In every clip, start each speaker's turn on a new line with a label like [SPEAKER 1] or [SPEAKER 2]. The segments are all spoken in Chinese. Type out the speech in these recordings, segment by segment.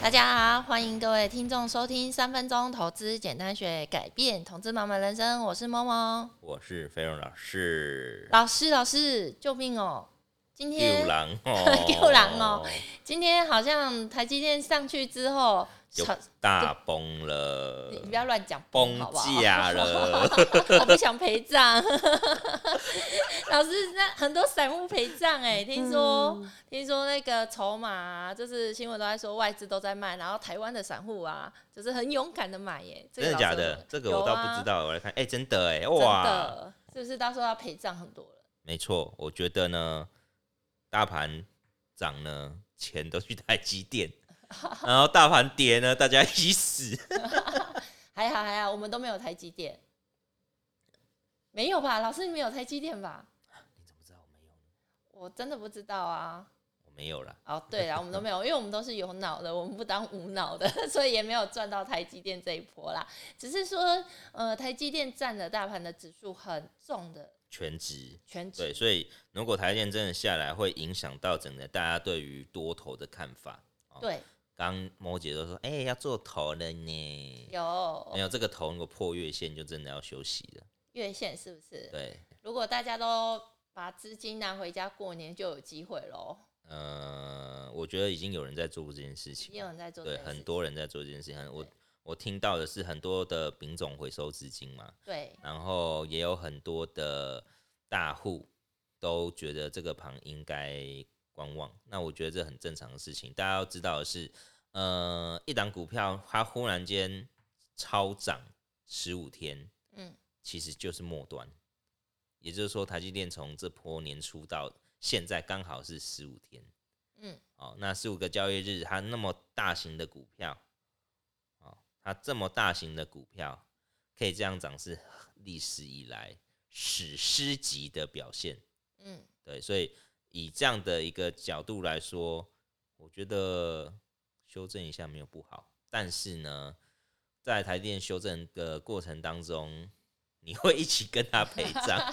[SPEAKER 1] 大家好，欢迎各位听众收听三分钟投资简单学，改变投资满满人生。我是萌萌
[SPEAKER 2] 我是飞荣老师。
[SPEAKER 1] 老师，老师，救命哦！今天
[SPEAKER 2] 又狼哦，
[SPEAKER 1] 又狼哦，今天好像台积电上去之后，
[SPEAKER 2] 有
[SPEAKER 1] 炒
[SPEAKER 2] 大崩了
[SPEAKER 1] 你，不要乱讲
[SPEAKER 2] 崩
[SPEAKER 1] 好不好？
[SPEAKER 2] 架了，
[SPEAKER 1] 我不想陪葬。 老师，那很多散户陪葬哎、听说、听说那个筹码、啊，就是新闻都在说外资都在卖，然后台湾的散户啊，就是很勇敢的买耶、这个
[SPEAKER 2] 真的
[SPEAKER 1] 老
[SPEAKER 2] 假
[SPEAKER 1] 师
[SPEAKER 2] 的
[SPEAKER 1] 有？
[SPEAKER 2] 这个我倒不知。
[SPEAKER 1] 有啊
[SPEAKER 2] 道，我来看。哎，真的哎，
[SPEAKER 1] 真
[SPEAKER 2] 哇，
[SPEAKER 1] 的，是不是到时候要陪葬很多了？
[SPEAKER 2] 没错，我觉得呢，大盘涨呢，钱都去台积 电，然后大盘跌呢，大家一起死。
[SPEAKER 1] 还好还好，我们都没有台积电。没有吧？老师，你没有台积电吧？
[SPEAKER 2] 你怎么知道我没有？
[SPEAKER 1] 我真的不知道啊。
[SPEAKER 2] 我没有啦。
[SPEAKER 1] 哦，对了，我们都没有，因为我们都是有脑的，我们不当无脑的， 所以也没有赚到台积电这一波啦。只是说，呃，台积电占了大盘的指数很重的
[SPEAKER 2] 全职。
[SPEAKER 1] 全指，
[SPEAKER 2] 对，所以如果台积电真的下来，会影响到整个大家对于多头的看法。哦
[SPEAKER 1] 对，
[SPEAKER 2] 刚摩姐都说，哎、要做头了呢。没
[SPEAKER 1] 有
[SPEAKER 2] 有这个头，如果破月线就真的要休息了。
[SPEAKER 1] 月线是不是？
[SPEAKER 2] 对，
[SPEAKER 1] 如果大家都把资金拿回家过年，就有机会喽。
[SPEAKER 2] 呃，我觉得已经有人在做这件事
[SPEAKER 1] 已
[SPEAKER 2] 情
[SPEAKER 1] 经有
[SPEAKER 2] 了，
[SPEAKER 1] 人在做这
[SPEAKER 2] 对，
[SPEAKER 1] 件事
[SPEAKER 2] 很
[SPEAKER 1] 情，
[SPEAKER 2] 多人在做这件事情。很我
[SPEAKER 1] 对
[SPEAKER 2] 我听到的是很多的丙种回收资金嘛，
[SPEAKER 1] 对
[SPEAKER 2] 然后也有很多的大户都觉得这个盘应该观望。那我觉得这很正常的事情。大家要知道的是，呃，一档股票它忽然间超涨十五天，
[SPEAKER 1] 嗯，
[SPEAKER 2] 其实就是末端，也就是说，台积电从这波年初到现在刚好是十五天，
[SPEAKER 1] 嗯，
[SPEAKER 2] 哦，那十五个交易日，它那么大型的股票，哦，它这么大型的股票可以这样涨，是历史以来史诗级的表现。
[SPEAKER 1] 嗯，
[SPEAKER 2] 对，所以以这样的一个角度来说，我觉得修正一下没有不好。但是呢，在台电修正的过程当中，你会一起跟他陪 葬。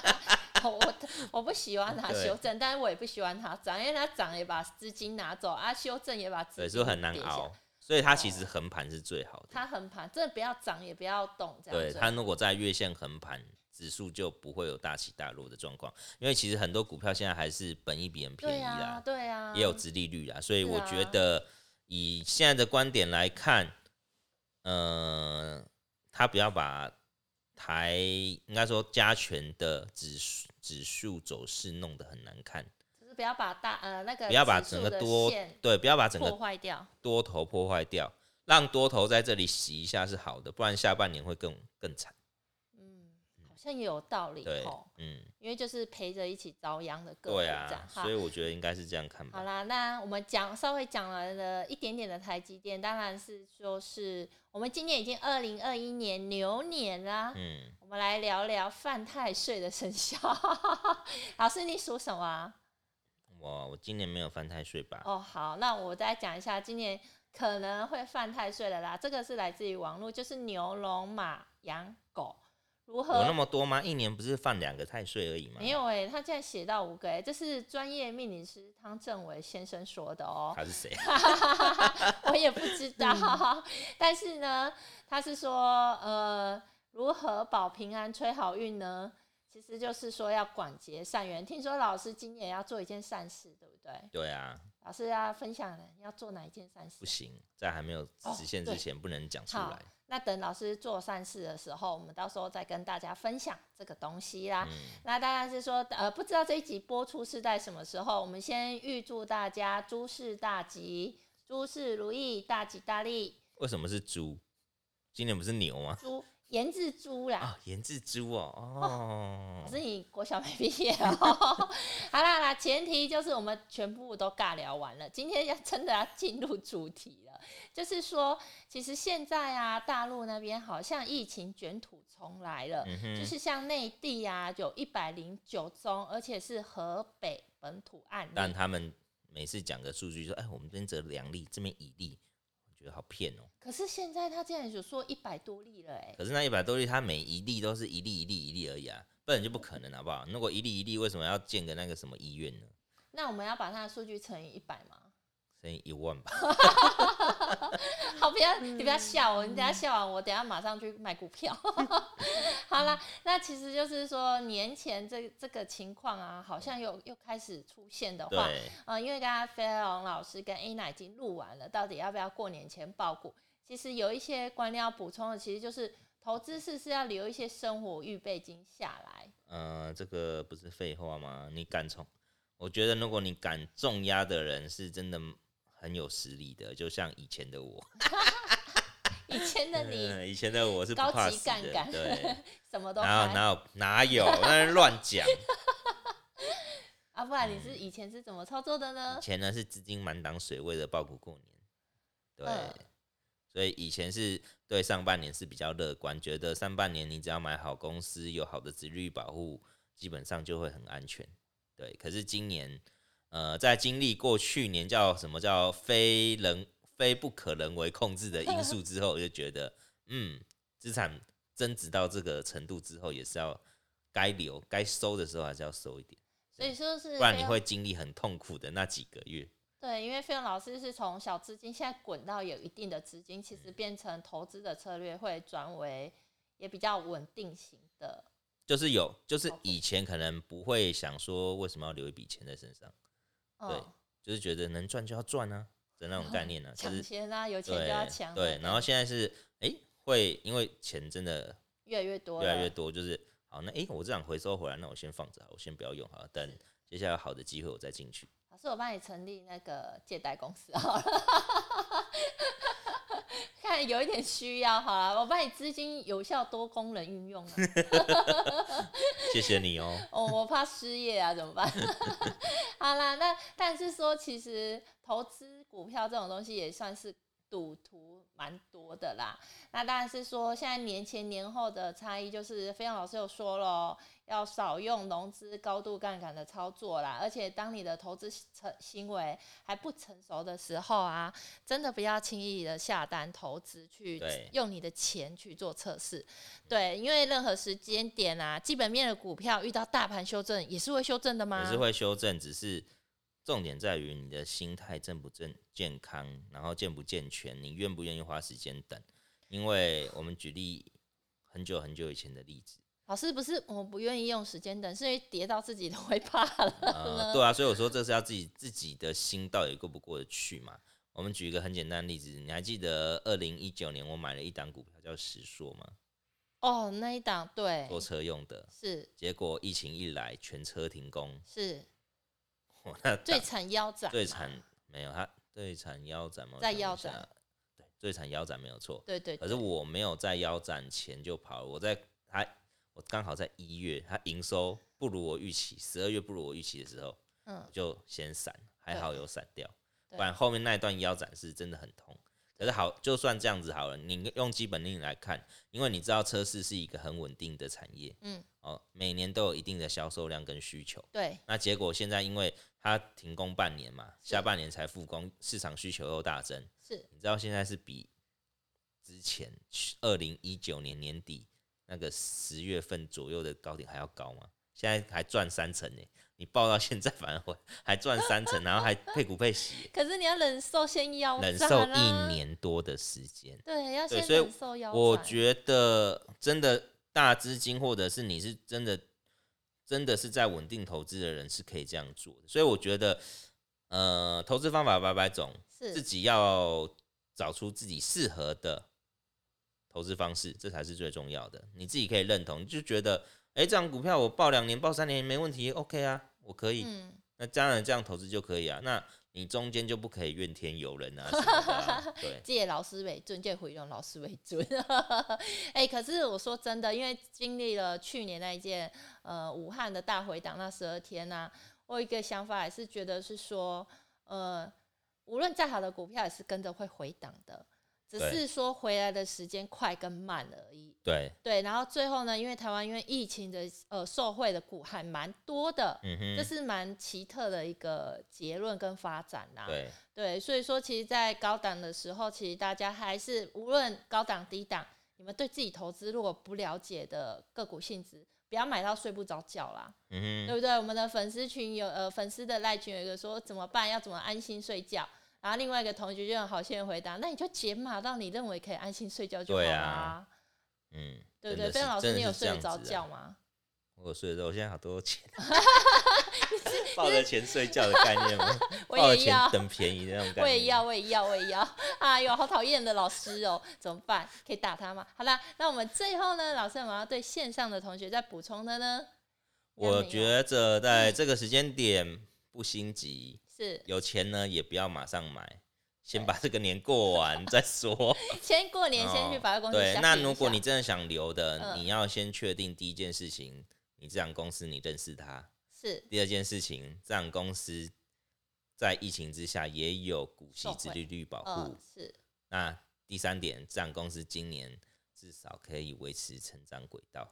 [SPEAKER 1] 我我不喜欢它
[SPEAKER 2] 对
[SPEAKER 1] 修正，但是我也不喜欢它涨，因为它涨也把资金拿走，啊，修正也把资
[SPEAKER 2] 对，
[SPEAKER 1] 金
[SPEAKER 2] 所以很难
[SPEAKER 1] 跌下哦
[SPEAKER 2] 熬。所以它其实横盘是最好的。
[SPEAKER 1] 它横盘，真的不要涨也不要动，这样
[SPEAKER 2] 对，
[SPEAKER 1] 子
[SPEAKER 2] 它如果在月线横盘，指数就不会有大起大落的状况。因为其实很多股票现在还是本益比很便
[SPEAKER 1] 对
[SPEAKER 2] 宜啦
[SPEAKER 1] 啊，，对啊，
[SPEAKER 2] 也有殖利率啦，所以
[SPEAKER 1] 是
[SPEAKER 2] 我
[SPEAKER 1] 啊
[SPEAKER 2] 觉得以现在的观点来看，呃，他不要把台应该说加权的指数指数走势弄得很难看，
[SPEAKER 1] 就是不要把大呃那个
[SPEAKER 2] 不要把
[SPEAKER 1] 指
[SPEAKER 2] 整
[SPEAKER 1] 数
[SPEAKER 2] 个
[SPEAKER 1] 的
[SPEAKER 2] 多
[SPEAKER 1] 线
[SPEAKER 2] 对，不要把整
[SPEAKER 1] 破
[SPEAKER 2] 个
[SPEAKER 1] 坏掉。
[SPEAKER 2] 多头破坏掉，让多头在这里洗一下是好的，不然下半年会更更惨。
[SPEAKER 1] 嗯，好像也有道理
[SPEAKER 2] 对
[SPEAKER 1] 哦，，
[SPEAKER 2] 嗯，
[SPEAKER 1] 因为就是陪着一起遭殃的个股
[SPEAKER 2] 对
[SPEAKER 1] 这
[SPEAKER 2] 啊
[SPEAKER 1] 样，哈
[SPEAKER 2] 所。以我觉得应该是这样看
[SPEAKER 1] 好
[SPEAKER 2] 吧。
[SPEAKER 1] 啦，那我们讲稍微讲了了一点点的台积电，当然是说是我们今年已经二零二一年牛年啦，
[SPEAKER 2] 嗯，
[SPEAKER 1] 我们来聊聊犯太岁的生肖。 老师，你属什么啊？
[SPEAKER 2] 我我今年没有犯太岁吧？
[SPEAKER 1] 哦，好，那我再讲一下今年可能会犯太岁了啦。这个是来自于网络，就是牛、龙、马、羊、狗如
[SPEAKER 2] 有那
[SPEAKER 1] 何？
[SPEAKER 2] 么多吗？一年不是犯两个太岁而已吗？
[SPEAKER 1] 没有哎、他竟然写到五个哎、这是专业命理师汤正伟先生说的哦、
[SPEAKER 2] 他 是谁？
[SPEAKER 1] 我也不知
[SPEAKER 2] 嗯
[SPEAKER 1] 道。但是呢，他是说，呃，如何保平安、催好运呢？其实就是说要广结善缘。听说老师今年要做一件善事，对不对？
[SPEAKER 2] 对啊，
[SPEAKER 1] 老师要分享要做哪一件善事
[SPEAKER 2] 不？行，在还没有
[SPEAKER 1] 哦
[SPEAKER 2] 实现之前不能讲出
[SPEAKER 1] 好
[SPEAKER 2] 来。，
[SPEAKER 1] 那等老师做善事的时候，我们到时候再跟大家分享这个东西啦。
[SPEAKER 2] 嗯，
[SPEAKER 1] 那当然是说，呃，不知道这一集播出是在什么时候，我们先预祝大家诸事大吉，诸事如意，大吉大利，
[SPEAKER 2] 为什么是猪？今年不是牛吗？
[SPEAKER 1] 猪言字猪啦。
[SPEAKER 2] 啊，颜至猪哦，哦
[SPEAKER 1] 可，是你国小没毕业哦。 好啦啦，前提就是我们全部都尬聊完了，今天要真的要进入主题了，就是说，其实现在啊，大陆那边好像疫情卷土重来了，
[SPEAKER 2] 嗯哼，
[SPEAKER 1] 就是像内地啊，有一百零九宗，而且是河北本土案
[SPEAKER 2] 但
[SPEAKER 1] 例。
[SPEAKER 2] 他们每次讲个数据说，哎，我们这边只有两例，这边一例，我觉得好骗哦。
[SPEAKER 1] 可是现在他竟然有说一百多例了、欸，
[SPEAKER 2] 可是那一百多例，它每一例都是一例一例一例而已啊，不然就不可能好不好？如果一例一例，为什么要建个那个什么医院呢？
[SPEAKER 1] 那我们要把它的数据乘以一百吗？
[SPEAKER 2] 乘以一万吧。
[SPEAKER 1] 好，不要你不要笑我，你等一下笑完我，等一下马上去买股票。好啦，那其实就是说年前这这个情况啊，好像又又开始出现的话，
[SPEAKER 2] 对，
[SPEAKER 1] 呃，因为刚刚飞龙老师跟 Anna 已经录完了，到底要不要过年前报股？其实有一些观念要补充的，其实就是投资是是要留一些生活预备金下来。
[SPEAKER 2] 呃，这个不是废话吗？你敢重，我觉得如果你敢重压的人，是真的很有实力的，就像以前 的我，
[SPEAKER 1] 以前的你
[SPEAKER 2] 嗯以前的我是不
[SPEAKER 1] 高
[SPEAKER 2] 怕
[SPEAKER 1] 级
[SPEAKER 2] 死
[SPEAKER 1] 杠
[SPEAKER 2] 的，
[SPEAKER 1] 杆
[SPEAKER 2] 对，
[SPEAKER 1] 什 么都
[SPEAKER 2] 哪有
[SPEAKER 1] 拍，
[SPEAKER 2] 哪有哪有那是乱讲，
[SPEAKER 1] 啊，不然你
[SPEAKER 2] 嗯
[SPEAKER 1] 是以前是怎么操作的呢
[SPEAKER 2] 以？前呢是资金满档水位的爆股过年，对，
[SPEAKER 1] 嗯
[SPEAKER 2] 所以以前是对上半年是比较乐观，觉得上半年你只要买好公司，有好的殖利率保护，基本上就会很安全。对，可是今年，呃，在经历过去年叫什么叫非人非不可人为控制的因素之后，我就觉得，嗯，资产增值到这个程度之后，也是要该留该收的时候还是要收一点，
[SPEAKER 1] 所以说是
[SPEAKER 2] 不然
[SPEAKER 1] 非
[SPEAKER 2] 你
[SPEAKER 1] 常
[SPEAKER 2] 会经历很痛苦的那几个月。
[SPEAKER 1] 对，因为费用老师是从小资金现在滚到有一定的资金，其实
[SPEAKER 2] 嗯
[SPEAKER 1] 变成投资的策略会转为也比较稳定型的。
[SPEAKER 2] 就是有，就是
[SPEAKER 1] 好
[SPEAKER 2] 以前可能不会想说为什么要留一笔钱在身上，对
[SPEAKER 1] 嗯，
[SPEAKER 2] 就是觉得能赚就要赚啊的那种概念呢、啊，就
[SPEAKER 1] 抢
[SPEAKER 2] 是
[SPEAKER 1] 钱啊，有钱就要抢
[SPEAKER 2] 对
[SPEAKER 1] 啊，
[SPEAKER 2] 对，然后现在是诶，会因为钱真的
[SPEAKER 1] 越来越多了，
[SPEAKER 2] 越来越多，就是好那诶，我这样回收回来，那我先放着好了，我先不要用好了，等接下来有好的机会我再进去。
[SPEAKER 1] 老师，我帮你成立那个借贷公司好了， 看有一点需要好了，我帮你资金有效多功能运用啊。
[SPEAKER 2] 谢谢你哦，
[SPEAKER 1] 哦，我怕失业啊，怎么办？ 好啦，那但是说，其实投资股票这种东西也算是赌徒蛮多的啦。那当然是说，现在年前年后的差异，就是飞扬老师有说了哦，要少用融资高度杠杆的操作啦。而且，当你的投资成行为还不成熟的时候啊，真的不要轻易的下单投资，去
[SPEAKER 2] 对
[SPEAKER 1] 用你的钱去做测试。对，因为任何时间点啊，基本面的股票遇到大盘修正也是会修正的嘛。
[SPEAKER 2] 也是会修正，只是重点在于你的心态正不正健康，然后健不健全，你愿不愿意花时间等？因为我们举例很久很久以前的例子，
[SPEAKER 1] 老师不是我不愿意用时间等，是因为跌到自己都会怕了。
[SPEAKER 2] 呃，对啊，所以我说这是要自己自己的心到底过不过得去嘛。我们举一个很简单的例子，你还记得二零一九年我买了一档股票叫石硕吗？
[SPEAKER 1] 哦，那一档对，
[SPEAKER 2] 坐车用的，
[SPEAKER 1] 是
[SPEAKER 2] 结果疫情一来，全车停工，
[SPEAKER 1] 是
[SPEAKER 2] 我那档
[SPEAKER 1] 最惨腰斩，啊
[SPEAKER 2] 最惨，没有他最惨腰斩吗？我
[SPEAKER 1] 在
[SPEAKER 2] 想一
[SPEAKER 1] 腰
[SPEAKER 2] 下
[SPEAKER 1] 斩，
[SPEAKER 2] 对，最惨腰斩没有错。
[SPEAKER 1] 对对
[SPEAKER 2] 可是
[SPEAKER 1] 对
[SPEAKER 2] 我没有在腰斩前就跑了，我在他我刚好在一月，他营收不如我预期，十二月不如我预期的时候，
[SPEAKER 1] 嗯
[SPEAKER 2] 我就先闪，还好有闪掉，
[SPEAKER 1] 对
[SPEAKER 2] 不然后面那一段腰斩是真的很痛。可是好，就算这样子好了，你用基本面来看，因为你知道车市是一个很稳定的产业
[SPEAKER 1] 嗯，
[SPEAKER 2] 哦，每年都有一定的销售量跟需求。
[SPEAKER 1] 对
[SPEAKER 2] 那结果现在因为它停工半年嘛，
[SPEAKER 1] 是
[SPEAKER 2] 下半年才复工，市场需求又大增。
[SPEAKER 1] 是
[SPEAKER 2] 你知道现在是比之前二零一九年年底那个十月份左右的高点还要高吗？现在还赚三成呢、你报到现在反而会还赚三成，然后还配股配息耶、
[SPEAKER 1] 可是你要忍受先腰斩、
[SPEAKER 2] 忍
[SPEAKER 1] 啊，
[SPEAKER 2] 受一，年多的时间。
[SPEAKER 1] 对，要
[SPEAKER 2] 对
[SPEAKER 1] 先
[SPEAKER 2] 所以
[SPEAKER 1] 忍受腰斩。
[SPEAKER 2] 我觉得真的大资金，或者是你是真的真的是在稳定投资的人，是可以这样做的。所以我觉得，呃，投资方法百百种，自
[SPEAKER 1] 是
[SPEAKER 2] 己要找出自己适合的投资方式，这才是最重要的。你自己可以认同，你就觉得，哎、这张股票我报两年、报三年没问题，OK 啊，我可以。
[SPEAKER 1] 嗯，
[SPEAKER 2] 那当然这样投资就可以啊。那你中间就不可以怨天尤人 啊什么的啊、对。
[SPEAKER 1] 借老师为尊，借回龙老师为尊。 哎、可是我说真的，因为经历了去年那一件呃武汉的大回档那十二天呢、我有一个想法，也是觉得是说，呃，无论再好的股票也是跟着会回档的，只
[SPEAKER 2] 对
[SPEAKER 1] 是说回来的时间快跟慢而已。
[SPEAKER 2] 对，
[SPEAKER 1] 对，然后最后呢，因为台湾因为疫情的呃受惠的股还蛮多的，
[SPEAKER 2] 嗯哼，
[SPEAKER 1] 这是蛮奇特的一个结论跟发展啦、
[SPEAKER 2] 对，
[SPEAKER 1] 对，所以说其实，在高档的时候，其实大家还是无论高档低档，你们对自己投资如果不了解的个股性质，不要买到睡不着觉啦，
[SPEAKER 2] 嗯哼，
[SPEAKER 1] 对不对？我们的粉丝群有呃粉丝的赖群有一个说怎么办，要怎么安心睡觉。然后另外一个同学就很好心的回答：“那你就解码到你认为可以安心睡觉就好
[SPEAKER 2] 对
[SPEAKER 1] 啦、
[SPEAKER 2] 啊嗯，
[SPEAKER 1] 对不
[SPEAKER 2] 真
[SPEAKER 1] 对？贝
[SPEAKER 2] 的是
[SPEAKER 1] 恩老师，
[SPEAKER 2] 真的
[SPEAKER 1] 你有
[SPEAKER 2] 是这
[SPEAKER 1] 睡得
[SPEAKER 2] 样
[SPEAKER 1] 着
[SPEAKER 2] 子啊
[SPEAKER 1] 觉吗？
[SPEAKER 2] 我睡着，我现在好 多钱， 抱着钱睡觉的概念吗？
[SPEAKER 1] 我
[SPEAKER 2] 抱着
[SPEAKER 1] 也
[SPEAKER 2] 钱
[SPEAKER 1] 要，
[SPEAKER 2] 等便宜的那种概念。
[SPEAKER 1] 我也要，我也要，我也要！ 哎呦，好讨厌的老师哦，怎么办？可以打他吗？好啦，那我们最后呢，老师有没有要对线上的同学再补充的呢？应该
[SPEAKER 2] 我
[SPEAKER 1] 没有嗯
[SPEAKER 2] 觉着在这个时间点不心急，
[SPEAKER 1] 是
[SPEAKER 2] 有钱呢也不要马上买，先把这个年过完再说。哦
[SPEAKER 1] 先过年 先去百货公司、
[SPEAKER 2] 对，那如果你真的想留
[SPEAKER 1] 嗯
[SPEAKER 2] 的，你要先确定第一件事情，你这档公司你认识他；
[SPEAKER 1] 是
[SPEAKER 2] 第二件事情，这档公司在疫情之下也有股息
[SPEAKER 1] 受
[SPEAKER 2] 之
[SPEAKER 1] 惠
[SPEAKER 2] 利率保护。
[SPEAKER 1] 嗯是
[SPEAKER 2] 那第三点，这样公司今年至少可以维持成长轨道。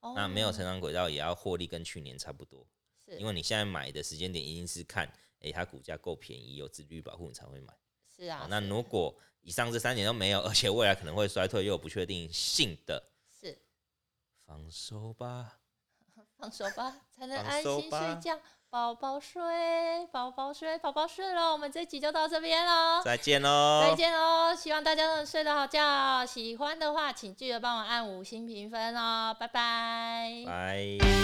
[SPEAKER 1] 哦
[SPEAKER 2] 那没有成长轨道，也要获利跟去年差不多，
[SPEAKER 1] 是
[SPEAKER 2] 因为你现在买的时间点一定是看，诶、它股价够便宜，有自律保护，你才会买。
[SPEAKER 1] 是啊
[SPEAKER 2] 好，哦那
[SPEAKER 1] 是
[SPEAKER 2] 如果以上这三点都没有，而且未来可能会衰退又有不确定性的，
[SPEAKER 1] 是
[SPEAKER 2] 放手吧。
[SPEAKER 1] 放手吧，才能
[SPEAKER 2] 放
[SPEAKER 1] 安
[SPEAKER 2] 手
[SPEAKER 1] 心睡
[SPEAKER 2] 吧
[SPEAKER 1] 觉。宝宝睡，宝宝睡，宝宝睡喽。我们这集就到这边喽。
[SPEAKER 2] 再见喽！
[SPEAKER 1] 再见哦！希望大家都能睡得好觉。喜欢的话，请记得帮我按五星评分哦，拜拜
[SPEAKER 2] 拜。